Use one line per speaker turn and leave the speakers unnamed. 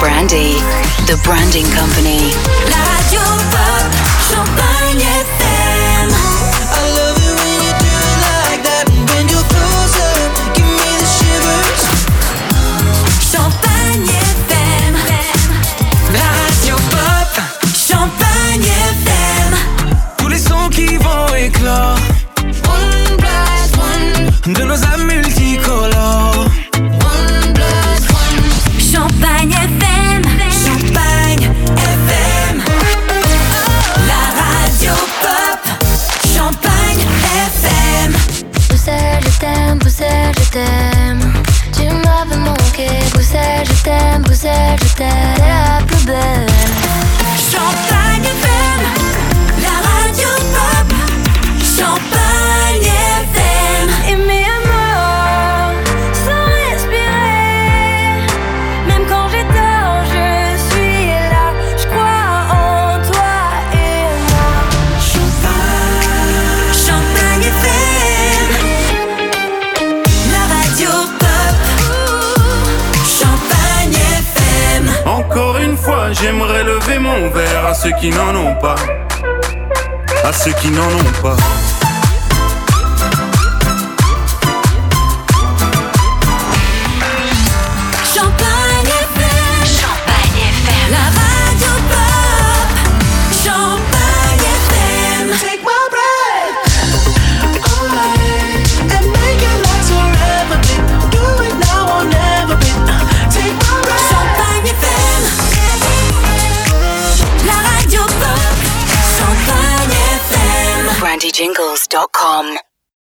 Brandy, The Branding Company.
La radio pop, champagne FM.
I love it when you do it like that. When you're closer, give me the shivers.
Champagne FM.
La radio pop,
Champagne FM.
tous les sons qui vont éclore.
One plus one.
De nos âmes multicolores.
One plus one. Champagne FM. Champagne FM. La radio pop, Champagne FM.
Bruxelles, je t'aime, Bruxelles, je t'aime. Tu m'avais manqué, Bruxelles, je t'aime, Bruxelles, je t'aime. T'es la plus belle.
Champagne FM, la radio pop. Champagne FM,
Aimer à mort, sans respirer. Même quand j'ai tort, je suis là. Je crois en toi et moi.
Champagne FM, la radio pop. Champagne FM,
Encore une fois, j'aimerais lever mon verre à ceux qui n'en ont pas. À ceux qui n'en ont pas.